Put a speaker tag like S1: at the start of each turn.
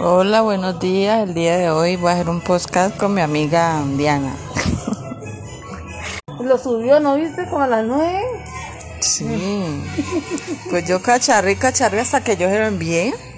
S1: Hola, buenos días. El día de hoy voy a hacer un podcast con mi amiga Diana.
S2: Lo subió, ¿no viste? Como a las nueve.
S1: Sí. Pues yo cacharré, cacharré hasta que yo se lo envié.